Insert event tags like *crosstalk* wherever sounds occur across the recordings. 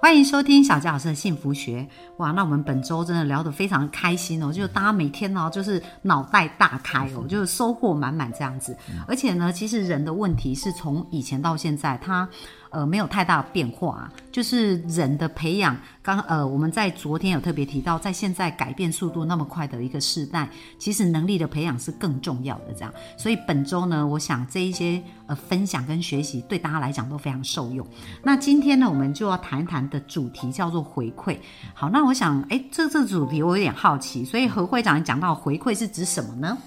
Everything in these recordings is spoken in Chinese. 欢迎收听小纪老师的幸福学。哇，那我们本周真的聊得非常开心哦，就是大家每天呢、就是脑袋大开哦，就是收获满满这样子。而且呢，其实人的问题是从以前到现在，它呃没有太大的变化、啊，就是人的培养。刚呃我们在昨天有特别提到，在现在改变速度那么快的一个时代，其实能力的培养是更重要的。这样，所以本周呢，我想这一些呃分享跟学习对大家来讲都非常受用。那今天呢，我们就要谈一谈的主题叫做回馈。好，那我想，哎，这这主题我有点好奇，所以何会长你讲到回馈是指什么呢？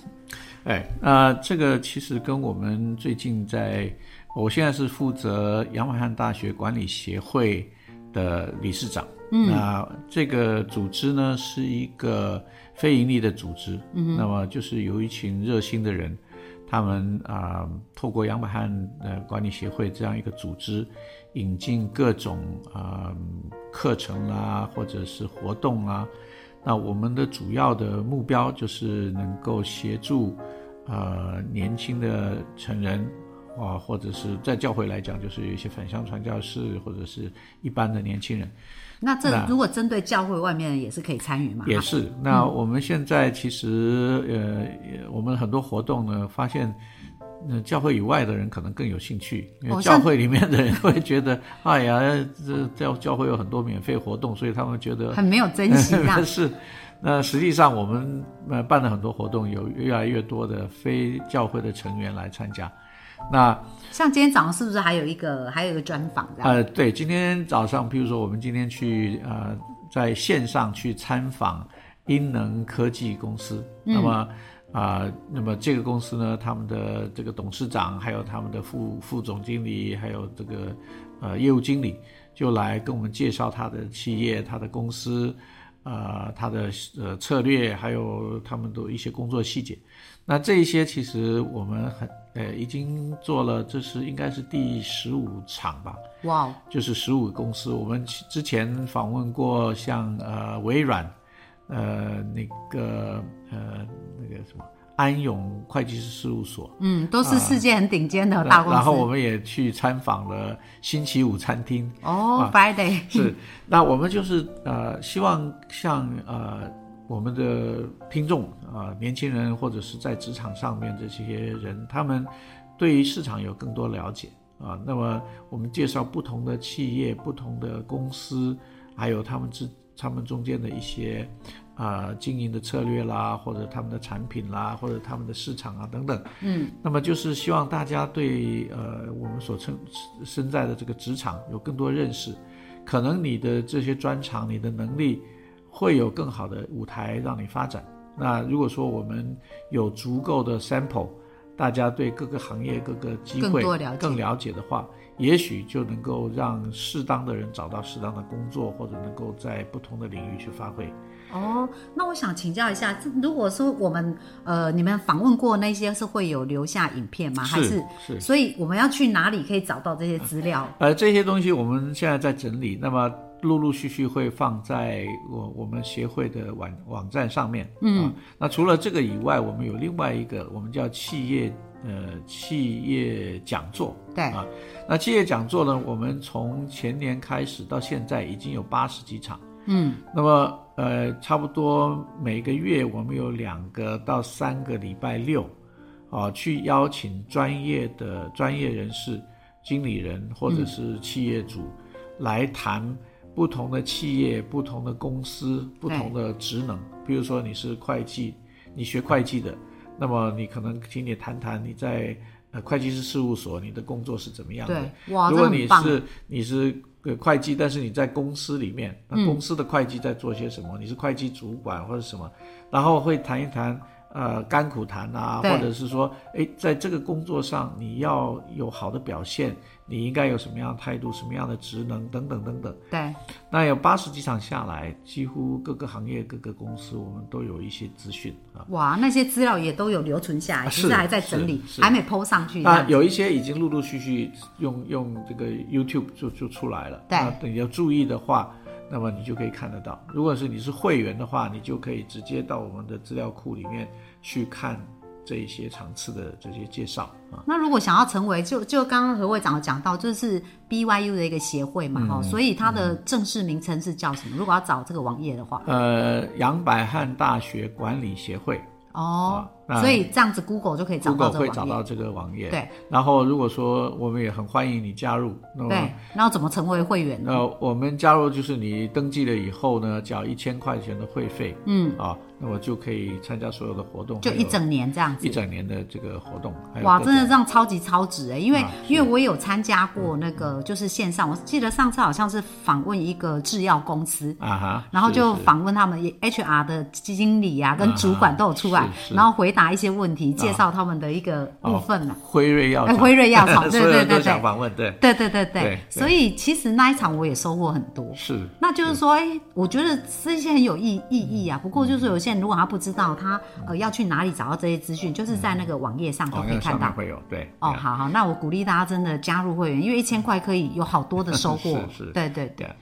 哎，那、这个其实跟我们最近在，我现在是负责阳马汉大学管理协会的理事长。嗯，那这个组织呢是一个非盈利的组织，嗯，那么就是有一群热心的人，他们啊、透过阳马汉呃管理协会这样一个组织，引进各种啊、课程啦、或者是活动啦、那我们的主要的目标就是能够协助呃年轻的成人啊、或者是在教会来讲，就是有一些返乡传教士或者是一般的年轻人那这如果针对教会外面的也是可以参与嘛？也是。那我们现在其实呃，也我们很多活动呢，发现。那教会以外的人可能更有兴趣，因哦为像教会里面的人会觉得，哎呀，这教教会有很多免费活动，所以他们觉得很没有珍 *laughs* 惜这样是，那实际上我们呃办了很多活动，有越来越多的非教会的成员来参加。那像今天早上是不是还有一个还有一个专访这样？呃，对，今天早上，譬如说我们今天去呃，在线上去参嗯访英能科技公司，那么啊、那么这个公司呢，他们的这个董事长，还有他们的副副总经理，还有这个呃业务经理，就来跟我们介绍他的企业、他的公司，呃，他的呃策略，还有他们的一些工作细节。那这一些其实我们很呃已经做了，这是应该是第十五场吧，哇哦，就是十五个公司。我们之前访问过像呃微软，呃那个呃那个什么安永会计师事务所，嗯，都是世界很顶尖的大啊那公司。然后我们也去参访了星期五餐厅，啊哦、f r i d a y 是，那我们就是呃，希望像呃我们的听众啊、呃年轻人或者是在职场上面这些人，他们对于市场有更多了解啊。那么我们介绍不同的企业、不同的公司，还有他们之他们中间的一些啊、呃经营的策略啦，或者他们的产品啦，或者他们的市场啊等等。嗯，那么就是希望大家对呃我们所称身在的这个职场有更多认识，可能你的这些专长、你的能力会有更好的舞台让你发展。那如果说我们有足够的 sample，大家对各个行业、各个机更会多了解更了解的话，也许就能够让适当的人找到适当的工作，或者能够在不同的领域去发挥。哦，那我想请教一下，这如果说我们呃，你们访问过那些是会有留下影片吗？还是是所以我们要去哪里可以找到这些资料？呃，这些东西我们现在在整理，那么陆陆续续会放在我我们协会的网网站上面。嗯、那除了这个以外，我们有另外一个，我们叫企业呃企业讲座。对啊，那企业讲座呢，我们从前年开始到现在已经有八十几场。嗯，那么呃，差不多每个月我们有两个到三个礼拜六，啊，去邀请专业的专业人士、经理人或者是企业主、来谈不同的企业、不同的公司、不同的职能。比如说你是会计，你学会计的，那么你可能请你谈谈你在呃会计师事务所你的工作是怎么样的。对，哇，如这果很你棒。是你是呃会计，但是你在公司里面，嗯那公司的会计在做些什么？你是会计主管或者什么？然后会谈一谈呃甘苦谈啊，对或者是说，哎，在这个工作上你要有好的表现，你应该有什么样的态度、什么样的职能等等等等。对，那有八十几场下来，几乎各个行业、各个公司，我们都有一些资讯啊。哇，那些资料也都有留存下来，啊只是是还在整理是，是啊还没 PO 上去。那有一些已经陆陆续续用用这个 YouTube 就就出来了。对那你要注意的话，那么你就可以看得到。如果是你是会员的话，你就可以直接到我们的资料库里面去看这一些场次的这些介绍啊。那如果想要成为，就就刚刚何会长有讲到，就是 BYU 的一个协会嗯嘛，哈、所以它的正式名称是叫什么？如果要找这个网页的话，呃，杨百翰大学管理协会哦，那所以这样子 Google 就可以找到，Google 这会个找网页。到这个网页。对。然后，如果说我们也很欢迎你加入，那么对，那要怎么成为会员呢？那我们加入就是你登记了以后呢，缴一千块钱的会费，嗯，啊，那么就可以参加所有的活动，就还一有整年这样子一。整年的这个活动。还有哇，各真的种这样超级超值哎、因为、啊嗯因为我也有参加过那个就是线上，我记得上次好像是访问一个制药公司，啊哈，然后是就是访问他们也 HR 的经理啊跟主管都有出来啊，是是啊然后回答一些问题，介绍他们的一个部分呢、辉瑞药哎厂，辉瑞药厂对嗯哦 *laughs* 所有人对对都想对访问，对，对对对对，对所以其实那一场我也收获很多。是那就是说，哎、我觉得这些很有意意义嗯啊。不过就是有些人如果他不知道他呃要去哪里找到这些资讯，就是在那个网页上都哦网可以页看上面到。会有，对，哦，对啊。好好，那我鼓励大家真的加入会员，因为一千块可以有好多的收获是是对对对，对啊，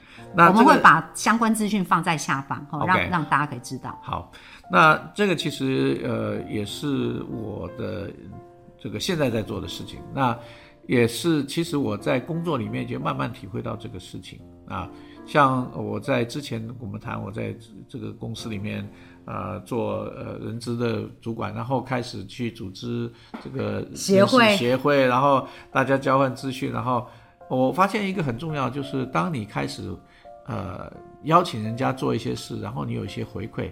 我那们这个会把相关资讯放在下方，哦，让 OK 让大家可以知道。好，那这个其实呃也是我的这个现在在做的事情。那也是其实我在工作里面就慢慢体会到这个事情啊。像我在之前我们谈我在这个公司里面呃做呃人资的主管，然后开始去组织这个协会人事协会，然后大家交换资讯，然后我发现一个很重要就是当你开始呃邀请人家做一些事，然后你有一些回馈，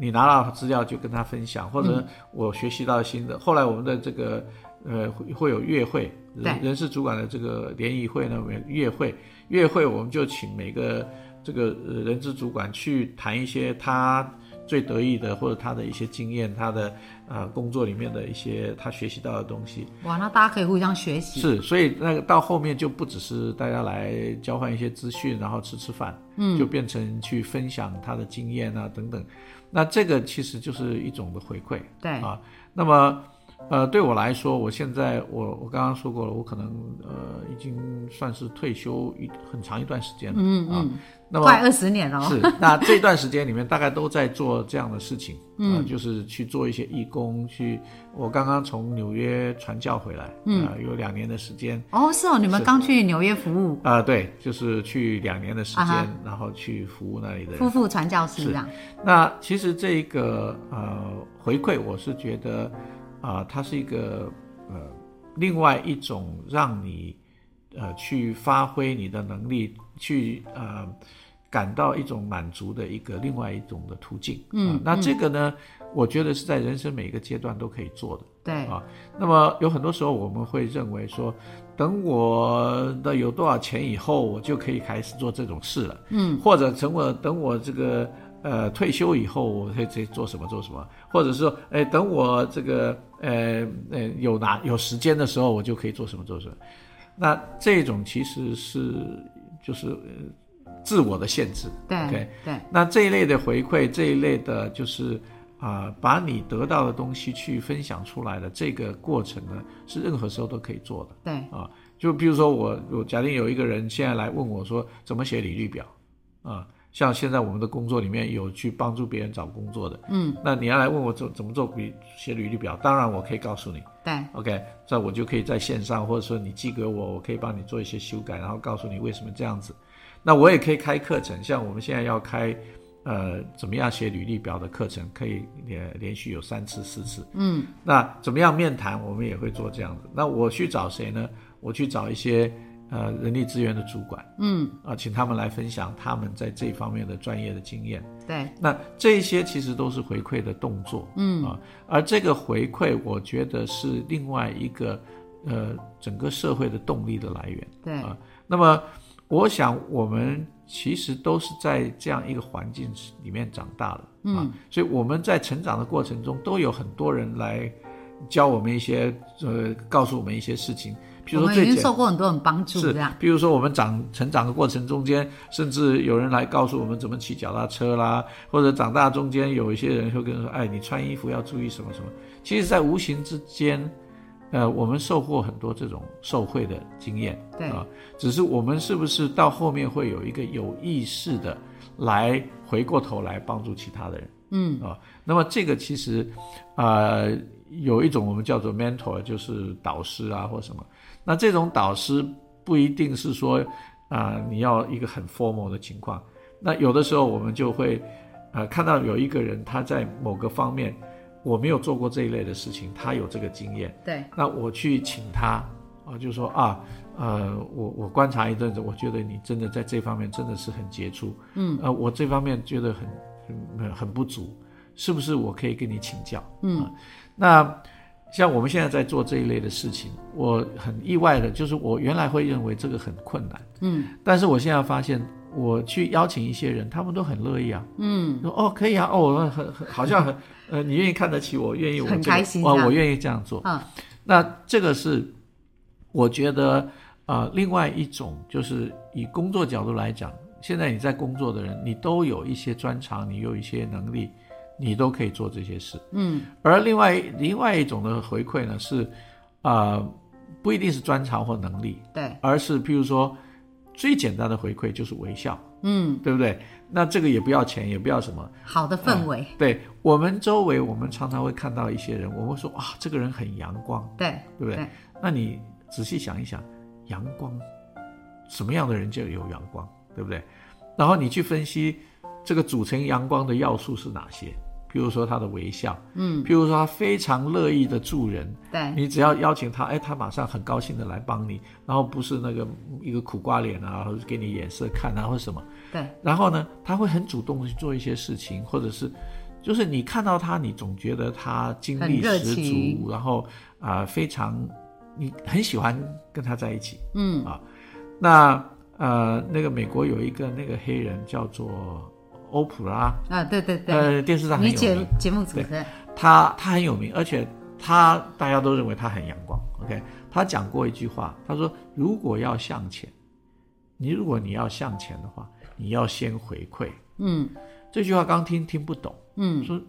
你拿到资料就跟他分享，或者我学习到新的。后来我们的这个呃会会有月会，人对人事主管的这个联谊会呢，我们有月会，月会我们就请每个这个呃人事主管去谈一些他。最得意的，或者他的一些经验，他的呃工作里面的一些他学习到的东西，哇，那大家可以互相学习。是，所以那个到后面就不只是大家来交换一些资讯，然后吃吃饭，嗯，就变成去分享他的经验啊等等。那这个其实就是一种的回馈对，啊。那么，呃，对我来说，我现在我我刚刚说过了，我可能呃已经算是退休一很长一段时间了，嗯啊。那么快二十年了哦。是，那这段时间里面大概都在做这样的事情，嗯、就是去做一些义工，去我刚刚从纽约传教回来，嗯、有两年的时间，哦，是哦，你们刚去纽约服务，啊、对，就是去两年的时啊间，哈然后去服务那里的人。夫妇传教士是这样。那其实这个呃回馈，我是觉得啊、它是一个呃另外一种让你呃去发挥你的能力，去呃感到一种满足的一个另外一种的途径。嗯，那这个呢，我觉得是在人生每一个阶段都可以做的。对，啊，那么有很多时候我们会认为说，等我的有多少钱以后，我就可以开始做这种事了，嗯，或者等我等我这个呃退休以后，我可以直接做什么做什么，或者是说，哎，等我这个呃呃有哪有时间的时候，我就可以做什么做什么。那这种其实是就是呃自我的限制，对 OK，对，那这一类的回馈，这一类的就是啊、把你得到的东西去分享出来的这个过程呢，是任何时候都可以做的。对，就比如说我，我假定有一个人现在来问我说怎么写履历表，啊、像现在我们的工作里面有去帮助别人找工作的，嗯，那你要来问我怎怎么做比写履历表，当然我可以告诉你对， ，OK，这我就可以在线上，或者说你寄给我，我可以帮你做一些修改，然后告诉你为什么这样子。那我也可以开课程，像我们现在要开，呃，怎么样写履历表的课程，可以连连续有三次、四次。嗯，那怎么样面谈，我们也会做这样子。那我去找谁呢？我去找一些呃人力资源的主管，嗯，啊、请他们来分享他们在这方面的专业的经验。对，那这些其实都是回馈的动作，嗯啊，而这个回馈，我觉得是另外一个呃整个社会的动力的来源。对，啊那么，我想我们其实都是在这样一个环境里面长大的，嗯啊，所以我们在成长的过程中，都有很多人来教我们一些，呃，告诉我们一些事情，比如我说们已最经简受过很多人帮助，是这样，比如说我们长成长的过程中间，甚至有人来告诉我们怎么骑脚踏车啦，或者长大中间有一些人会跟你说，哎，你穿衣服要注意什么什么。其实，在无形之间，呃，我们收获很多这种受惠的经验。对啊，只是我们是不是到后面会有一个有意识的来回过头来帮助其他的人？嗯啊，那么这个其实，呃，有一种我们叫做 mentor，就是导师啊或什么。那这种导师不一定是说啊、你要一个很 formal 的情况。那有的时候我们就会呃看到有一个人他在某个方面我没有做过这一类的事情，他有这个经验。对，那我去请他啊，就说啊，呃，我我观察一阵子，我觉得你真的在这方面真的是很杰出，嗯，呃，我这方面觉得很很很不足，是不是我可以跟你请教？嗯，那像我们现在在做这一类的事情，我很意外的，就是我原来会认为这个很困难，嗯，但是我现在发现。我去邀请一些人，他们都很乐意啊。嗯，说哦，可以啊，哦，很很好像很， *laughs* 呃，你愿意看得起我，愿意我、这个、很开心哇这样我愿意这样做。嗯，那这个是我觉得呃，另外一种就是以工作角度来讲，现在你在工作的人，你都有一些专长，你有一些能力，你都可以做这些事。嗯，而另外另外一种的回馈呢是，呃，不一定是专长或能力，对，而是譬如说最简单的回馈就是微笑，嗯，对不对？那这个也不要钱，也不要什么。好的氛嗯围，对我们周围，我们常常会看到一些人，我们会说啊，这个人很阳光，对，对不对？对那你仔细想一想，阳光，什么样的人就有阳光，对不对？然后你去分析这个组成阳光的要素是哪些，譬如说他的微笑，嗯，譬如说他非常乐意的助人，对，你只要邀请他，哎，他马上很高兴的来帮你，然后不是那个一个苦瓜脸啊，或者给你眼色看啊，或者什么。对，然后呢，他会很主动地去做一些事情，或者是，就是你看到他，你总觉得他精很力热十情足，然后啊、非常，你很喜欢跟他在一起。嗯啊，那呃，那个美国有一个那个黑人叫做欧普拉，啊，对对对，呃，电视上很你有节名，节目主持人，他他很有名，而且他大家都认为他很阳光。OK，他讲过一句话，他说如果要向前，你如果你要向前的话，你要先回馈。嗯这句话刚听听不懂，嗯，说嘖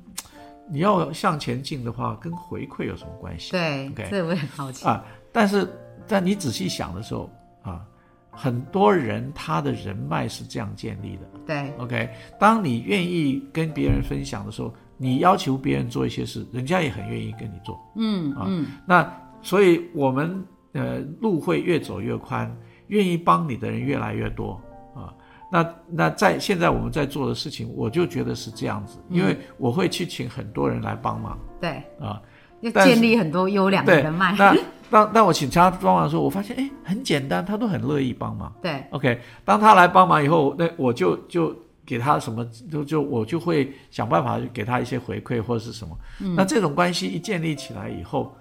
你要向前进的话，跟回馈有什么关系？对 OK 这我也很好奇，啊，但是但你仔细想的时候啊，很多人他的人脉是这样建立的。对 OK，当你愿意跟别人分享的时候，你要求别人做一些事，人家也很愿意跟你做。嗯啊，那所以我们呃路会越走越宽，愿意帮你的人越来越多啊。那那在现在我们在做的事情，我就觉得是这样子，因为我会去请很多人来帮忙对，啊。要但是建立很多优良的对人脉，那当当我请他帮忙的时候，我发现哎，很简单，他都很乐意帮忙。对 OK，当他来帮忙以后，那我就就给他什么，就就我就会想办法给他一些回馈或者是什么。那这种关系一建立起来以后，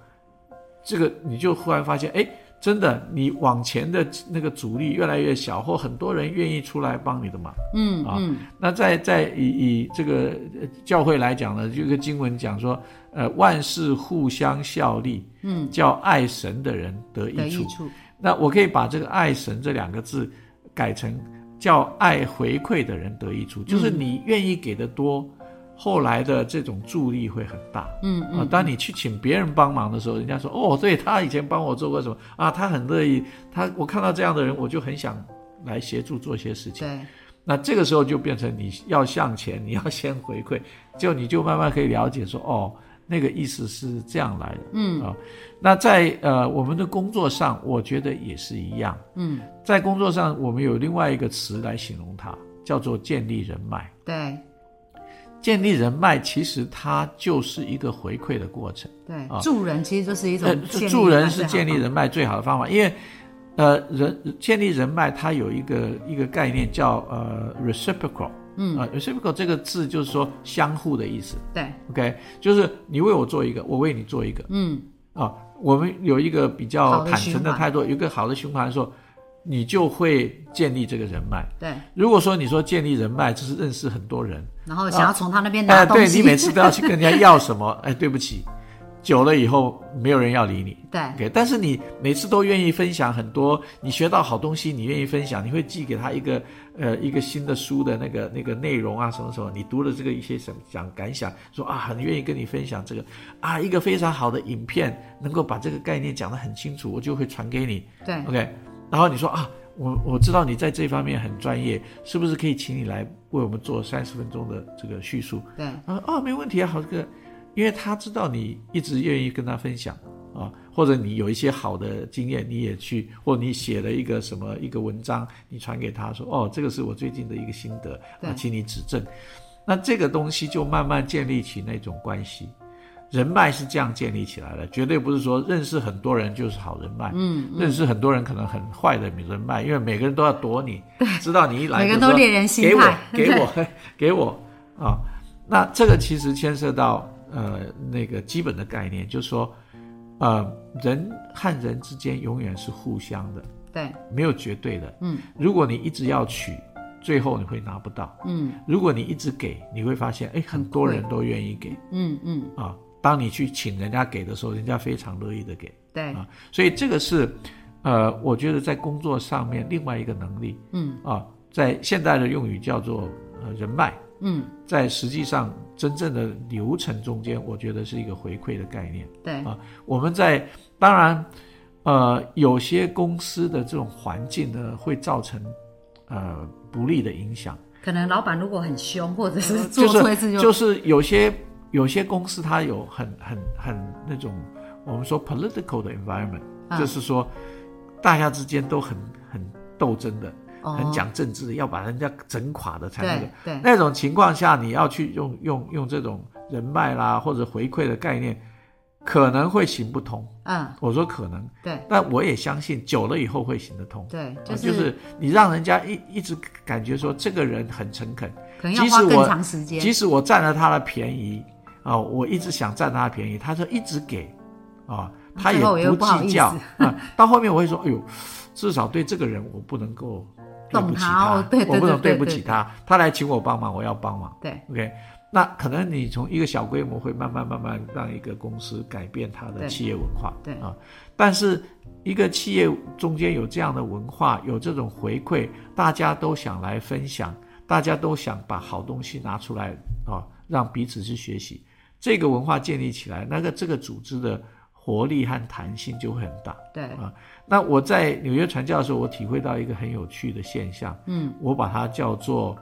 这个你就忽然发现，哎，真的，你往前的那个阻力越来越小，或很多人愿意出来帮你的忙。嗯啊嗯，那在在以以这个呃教会来讲呢，这个经文讲说，呃，万事互相效力，嗯，叫爱神的人得的益处益。处，那我可以把这个“爱神”这两个字改成叫“爱回馈”的人得益处，就是你愿意给的多，后来的这种助力会很大。嗯啊，当你去请别人帮忙的时候，人家说：“哦，对他以前帮我做过什么啊，他很乐意。他我看到这样的人，我就很想来协助做些事情。”对那这个时候就变成你要向前，你要先回馈，就你就慢慢可以了解说，哦，那个意思是这样来的，嗯啊、那在呃我们的工作上，我觉得也是一样，嗯，在工作上我们有另外一个词来形容它，叫做建立人脉。对建立人脉其实它就是一个回馈的过程，对，助人其实就是一种啊呃，建立助人脉是最好建立的人脉最好的方法，因为。呃，人建立人脉，它有一个一个概念叫呃 reciprocal，嗯、呃、，reciprocal 这个字就是说相互的意思方，对，OK，就是你为我做一个，我为你做一个，嗯，啊，我们有一个比好较的坦循诚的环态度，有一个好的循环说你就会建立这个人脉。对，如果说你说建立人脉，就是认识很多人，然后想要从他那边拿哎，东对西，你每次都要去跟人家要什么，哎，对不起，久了以后没有人要理你。对 OK，但是你每次都愿意分享很多，你学到好东西，你愿意分享，你会寄给他一个呃一个新的书的那个那个内容啊，什么什么，你读了这个一些什么想感想，说啊很愿意跟你分享这个啊一个非常好的影片，能够把这个概念讲得很清楚，我就会传给你。对 OK，然后你说啊，我我知道你在这方面很专业，是不是可以请你来为我们做三十分钟的这个叙述？对他说哦，没问题啊，好哥，因为他知道你一直愿意跟他分享啊，或者你有一些好的经验，你也去，或你写了一个什么一个文章，你传给他说哦，这个是我最近的一个心得对啊，请你指正。那这个东西就慢慢建立起那种关系，人脉是这样建立起来的，绝对不是说认识很多人就是好人脉。嗯，认识很多人可能很坏的人脉，因为每个人都要躲你，知道你一来每个人就说都猎人心态给我，给我， *laughs* 给我啊！那这个其实牵涉到呃那个基本的概念，就是说，呃，人和人之间永远是互相的，对，没有绝对的。嗯，如果你一直要取，最后你会拿不到；嗯如果你一直给，你会发现，哎，很多人都愿意给嗯嗯，啊。当你去请人家给的时候，人家非常乐意的给。对，啊，所以这个是，呃，我觉得在工作上面另外一个能力，嗯啊，在现代的用语叫做呃人脉，嗯在实际上真正的流程中间，我觉得是一个回馈的概念。对啊我们在当然，呃，有些公司的这种环境呢，会造成呃不利的影响，可能老板如果很凶，或者是做呃就错一次是就就是有些有些公司它有很很很那种我们说 political 的 environment，、啊就是说大家之间都很很斗争的，很哦讲政治的，要把人家整垮的才那个对。对那种情况下，你要去用用用这种人脉啦或者回馈的概念，可能会行不通。嗯我说可能，对但我也相信久了以后会行得通。对，是、啊就是你让人家一一直感觉说这个人很诚恳，可能要即花使更我长时间即，使我占了他的便宜啊、我一直想占他的便宜，他就一直给啊、他最后我又也不好计意较啊、思到后面我会说，哎呦，至少对这个人我不能够对动不起他哦对对我不能对对不对起他，他来请我帮忙，我要帮忙。对 OK，那可能你从一个小规模会慢慢慢慢让一个公司改变它的对企业文化，对啊，但是一个企业中间有这样的文化，有这种回馈，大家都想来分享，大家都想把好东西拿出来啊，让彼此去学习，这个文化建立起来，那个这个组织的活力和弹性就会很大。对啊那我在纽约传教的时候，我体会到一个很有趣的现象，嗯，我把它叫做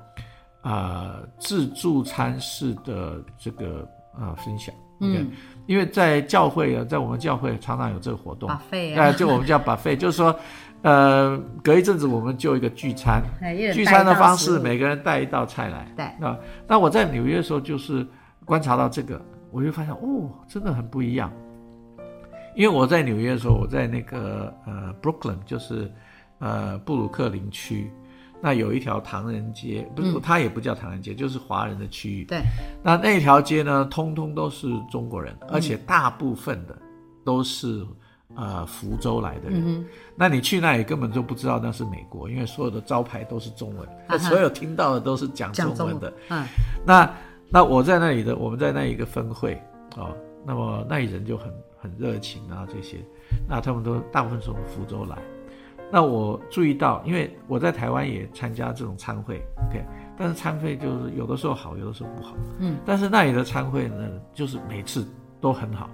呃自助餐式的这个呃分享。OK，嗯因为在教会啊，在我们教会常常有这个活动，把费那啊，就我们叫 buffet，就是说，呃，隔一阵子我们就一个聚餐，哎一人聚带餐一的道方食式，物每个人带一道菜来。对啊，那我在纽约的时候就是观察到这个，我就发现哦，真的很不一样。因为我在纽约的时候，我在那个呃 Brooklyn，就是呃布鲁克林区，那有一条唐人街，不是、嗯它也不叫唐人街，就是华人的区域。对那那条街呢，通通都是中国人，而且大部分的都是呃福州来嗯的人。那你去那里根本就不知道那是美国，因为所有的招牌都是中文，啊哈所有听到的都是讲中讲中文文的。，嗯那那我在那里的，我们在那一个分会哦，那么那里人就很很热情啊，这些，那他们都大部分从福州来。那我注意到，因为我在台湾也参加这种餐会，OK，但是餐会就是有的时候好，有的时候不好，嗯，但是那里的餐会呢，就是每次都很好，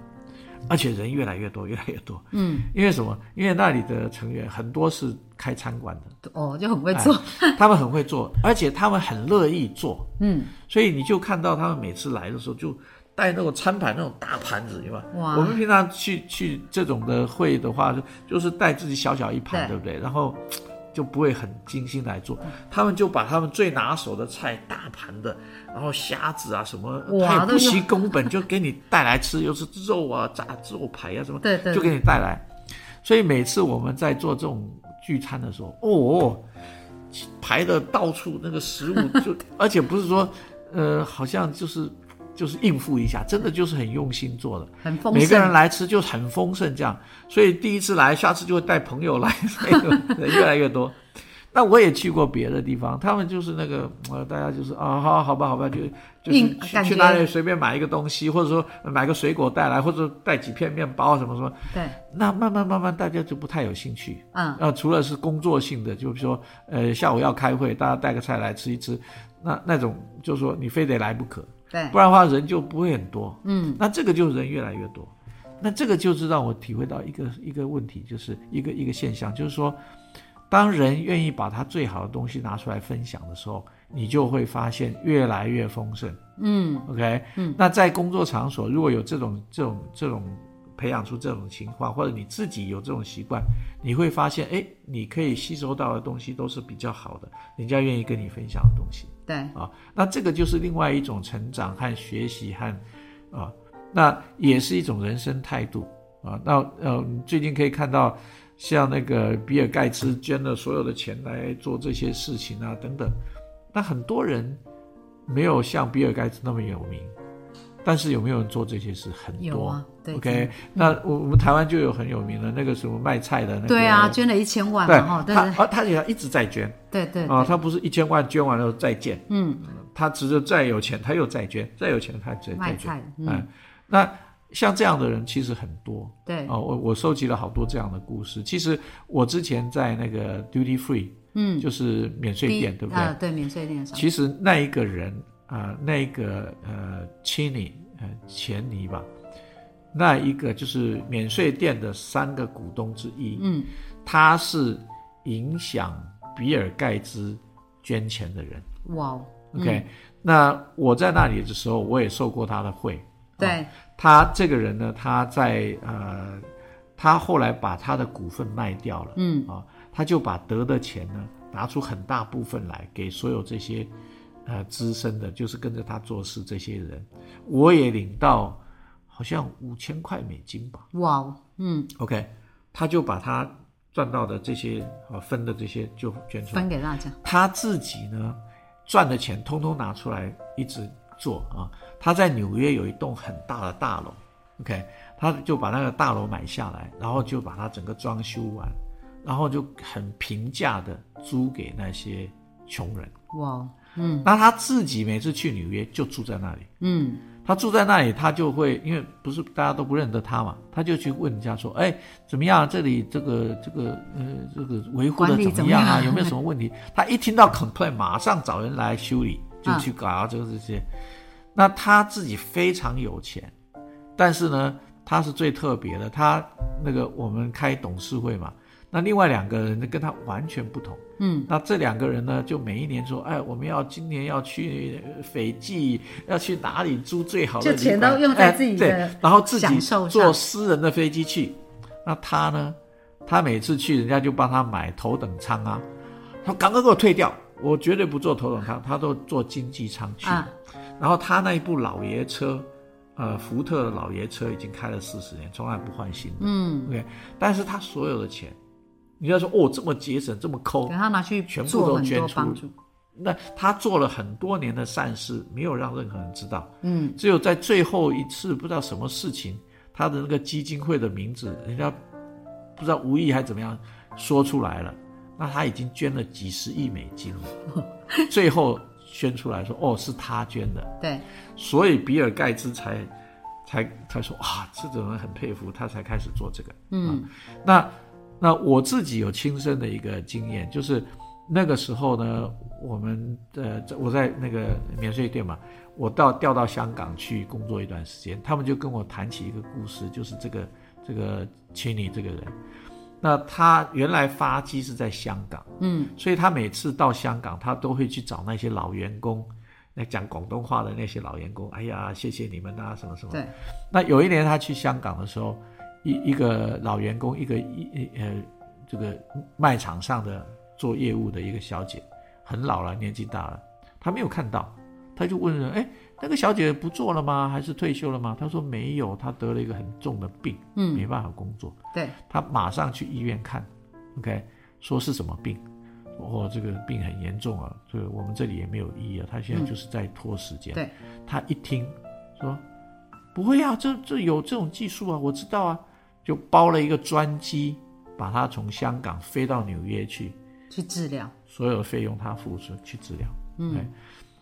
而且人越来越多，越来越多，嗯，因为什么？因为那里的成员很多是开餐馆的，哦就很会哎做， *laughs* 他们很会做，而且他们很乐意做，嗯所以你就看到他们每次来的时候就带那种餐盘那种大盘子，对吧？哇我们平常去去这种的会的话，就就是带自己小小一盘，对对不对？然后嘖就不会很精心来做，他们就把他们最拿手的菜大盘的，然后虾子啊什么，哇他也都不是惜工本就给你带来吃，又是肉啊、炸肉排啊什么，对对就给你带来。所以每次我们在做这种聚餐的时候，哦哦， *laughs* 排的到处那个食物就，而且不是说，呃，好像就是就是应付一下，真的就是很用心做的。很丰每个人盛。来吃就很丰盛，这样，所以第一次来，下次就会带朋友来， *laughs* 所以人越来越多。那我也去过别的地方，他们就是那个呃，大家就是啊，好好吧，好吧，就就是硬去感觉去哪里随便买一个东西，或者说呃买个水果带来，或者带几片面包啊什么什么，对，那慢慢慢慢大家就不太有兴趣。嗯，呃，除了是工作性的，就是说，呃，下午要开会，大家带个菜来吃一吃，那那种就是说你非得来不可，对，不然的话人就不会很多。嗯，那这个就人越来越多，那这个就是让我体会到一个一个问题，就是一个一个现象，就是说，当人愿意把他最好的东西拿出来分享的时候，你就会发现越来越丰盛。嗯 OK，嗯，那在工作场所如果有这种这种这种培养出这种情况，或者你自己有这种习惯，你会发现，哎，你可以吸收到的东西都是比较好的，人家愿意跟你分享的东西对，啊。那这个就是另外一种成长和学习和啊，那也是一种人生态度啊。那呃，最近可以看到。像那个比尔盖茨捐了所有的钱来做这些事情啊，等等，那很多人没有像比尔盖茨那么有名，但是有没有人做这些事？很有多。啊，对 OK，那我我们台湾就有很有名的那个什么卖菜的那个，对啊，，捐了一千万对，嘛，哈，对他啊他也一直在捐对对啊，对，他不是一千万捐完了再见，嗯，他只是再有钱他又再捐，再有钱他再再卖捐，菜，嗯，嗯，那像这样的人其实很多，对，哦，我我收集了好多这样的故事。其实我之前在那个 duty free，嗯，就是免税第店，对不对？啊，对，免税店上，其实那一个人啊、那一个呃，亲尼呃，钱尼吧，那一个就是免税店的三个股东之一，嗯，他是影响比尔盖茨捐钱的人。哇哦， OK，、那我在那里的时候，我也受过他的贿。对，他这个人呢，他在呃，他后来把他的股份卖掉了，嗯，啊，他就把得的钱呢，拿出很大部分来给所有这些呃资深的，就是跟着他做事这些人，我也领到好像五千块美金吧哇哦，嗯， ，OK，他就把他赚到的这些啊分的这些就捐出来，分给大家，他自己呢赚的钱通通拿出来一直做啊。他在纽约有一栋很大的大楼，OK，他就把那个大楼买下来，然后就把它整个装修完，然后就很平价的租给那些穷人。哇哦，嗯那他自己每次去纽约就住在那里，嗯，他住在那里，他就会因为不是大家都不认得他嘛，他就去问人家说：“哎，怎么样？这里这个这个呃这个维护的管理怎怎么么样啊？样有没有什么问题？”他一听到 complain，马上找人来修理，嗯就去搞这个这些。那他自己非常有钱，但是呢，他是最特别的。他那个我们开董事会嘛，那另外两个人呢跟他完全不同。嗯，那这两个人呢，就每一年说，哎，我们要今年要去呃斐济，要去哪里租最好的旅就钱馆，都用在自己的哎、对，然后自己享受上坐私人的飞机去。那他呢，他每次去，人家就帮他买头等舱啊，他说赶快给我退掉，我绝对不坐头等舱，他都坐经济舱去。啊，然后他那一部老爷车，呃，福特的老爷车已经开了四十年，从来不换新的。嗯， OK，但是他所有的钱，你要说哦，这么节省，这么抠给，他拿去全部做都很捐多出帮助，那他做了很多年的善事，没有让任何人知道，嗯，只有在最后一次不知道什么事情，他的那个基金会的名字，人家不知道无意还怎么样说出来了，那他已经捐了几十亿美金了， *laughs* 最后宣出来说哦是他捐的，对，所以比尔盖茨才才才说啊，这种人很佩服，他才开始做这个。啊嗯那那我自己有亲身的一个经验，就是那个时候呢，我们呃，在我在那个免税店嘛，我到调到香港去工作一段时间，他们就跟我谈起一个故事，就是这个这个青尼这个人，那他原来发迹是在香港，嗯，所以他每次到香港，他都会去找那些老员工。那讲广东话的那些老员工，哎呀，谢谢你们啊，什么什么。对，那有一年他去香港的时候，一一个老员工，一个一呃这个卖场上的做业务的一个小姐，很老了，年纪大了，她没有看到，她就问人，哎，那个小姐不做了吗？还是退休了吗？她说没有，她得了一个很重的病，没嗯，办法工作。对，他马上去医院看，OK，说是什么病？哦，这个病很严重啊，这个我们这里也没有医啊，他现在就是在拖时间。嗯对，他一听，说不会啊，这这有这种技术啊，我知道啊，就包了一个专机，把他从香港飞到纽约去，去治疗，所有的费用他付出去治疗。嗯，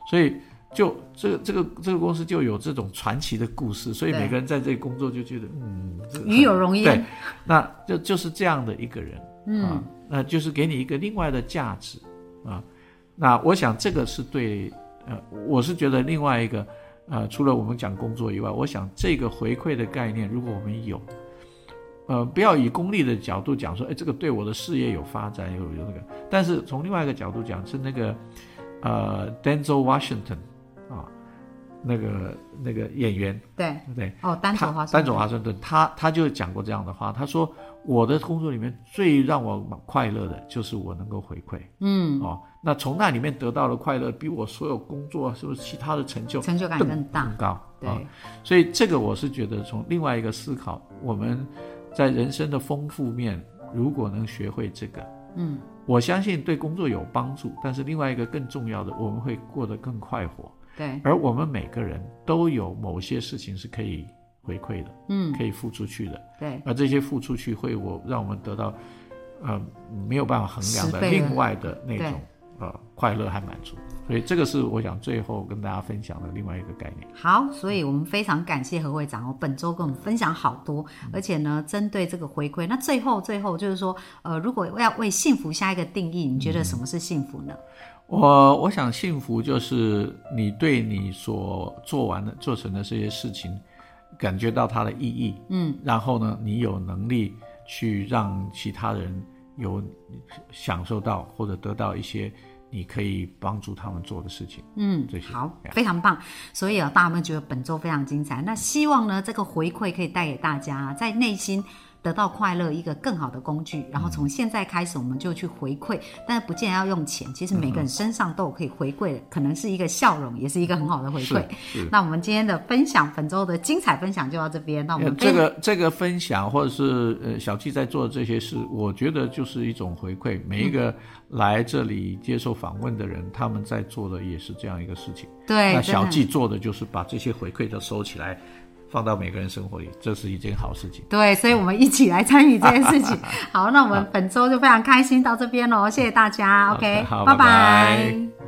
所以就这个这个这个公司就有这种传奇的故事，所以对每个人在这里工作就觉得，嗯，这个与有容对焉。，那就就是这样的一个人，嗯、啊，那就是给你一个另外的价值啊。那我想这个是对，呃，我是觉得另外一个，呃，除了我们讲工作以外，我想这个回馈的概念，如果我们有，呃，不要以功利的角度讲说，哎，这个对我的事业有发展，有有那个，但是从另外一个角度讲，是那个，呃，Denzel Washington 啊，那个那个演员，对，对不对？哦，单他手花生，丹佐华盛顿，他他就讲过这样的话，他说我的工作里面最让我快乐的就是我能够回馈，嗯，哦，那从那里面得到的快乐，比我所有工作是不是其他的成就成就感更大更。高，对，啊所以这个我是觉得从另外一个思考，我们在人生的丰富面，如果能学会这个，嗯，我相信对工作有帮助，但是另外一个更重要的，我们会过得更快活，对，而我们每个人都有某些事情是可以回馈的，嗯，可以付出去的，对，而这些付出去会我让我们得到，呃，没有办法衡量十的倍的另外的那种呃快乐和满足，所以这个是我想最后跟大家分享的另外一个概念。好，所以我们非常感谢何会长哦，本周跟我们分享好多，而且呢，针对这个回馈，那最后最后就是说，呃，如果要为幸福下一个定义，你觉得什么是幸福呢？我我想幸福就是你对你所做完的、做成的这些事情，感觉到它的意义，嗯，然后呢，你有能力去让其他人有享受到或者得到一些你可以帮助他们做的事情，嗯这，些好， Yeah 非常棒。所以啊，大家有没有觉得本周非常精彩？那希望呢，这个回馈可以带给大家、在内心。得到快乐一个更好的工具，然后从现在开始我们就去回馈，但是不见得要用钱，其实每个人身上都有可以回馈的，可能是一个笑容，也是一个很好的回馈。是。那我们今天的分享，本周的精彩分享就到这边。那我呃们这个这个分享或者是呃小季在做的这些事，我觉得就是一种回馈。每一嗯个来这里接受访问的人，他们在做的也是这样一个事情。对那真小的季做的就是把这些回馈都收起来，放到每个人生活里，这是一件好事情。对，所以我们一起来参与这件事 *laughs* 情。好，那我们本周就非常开心到这边喽，谢谢大家。好 OK，好拜拜拜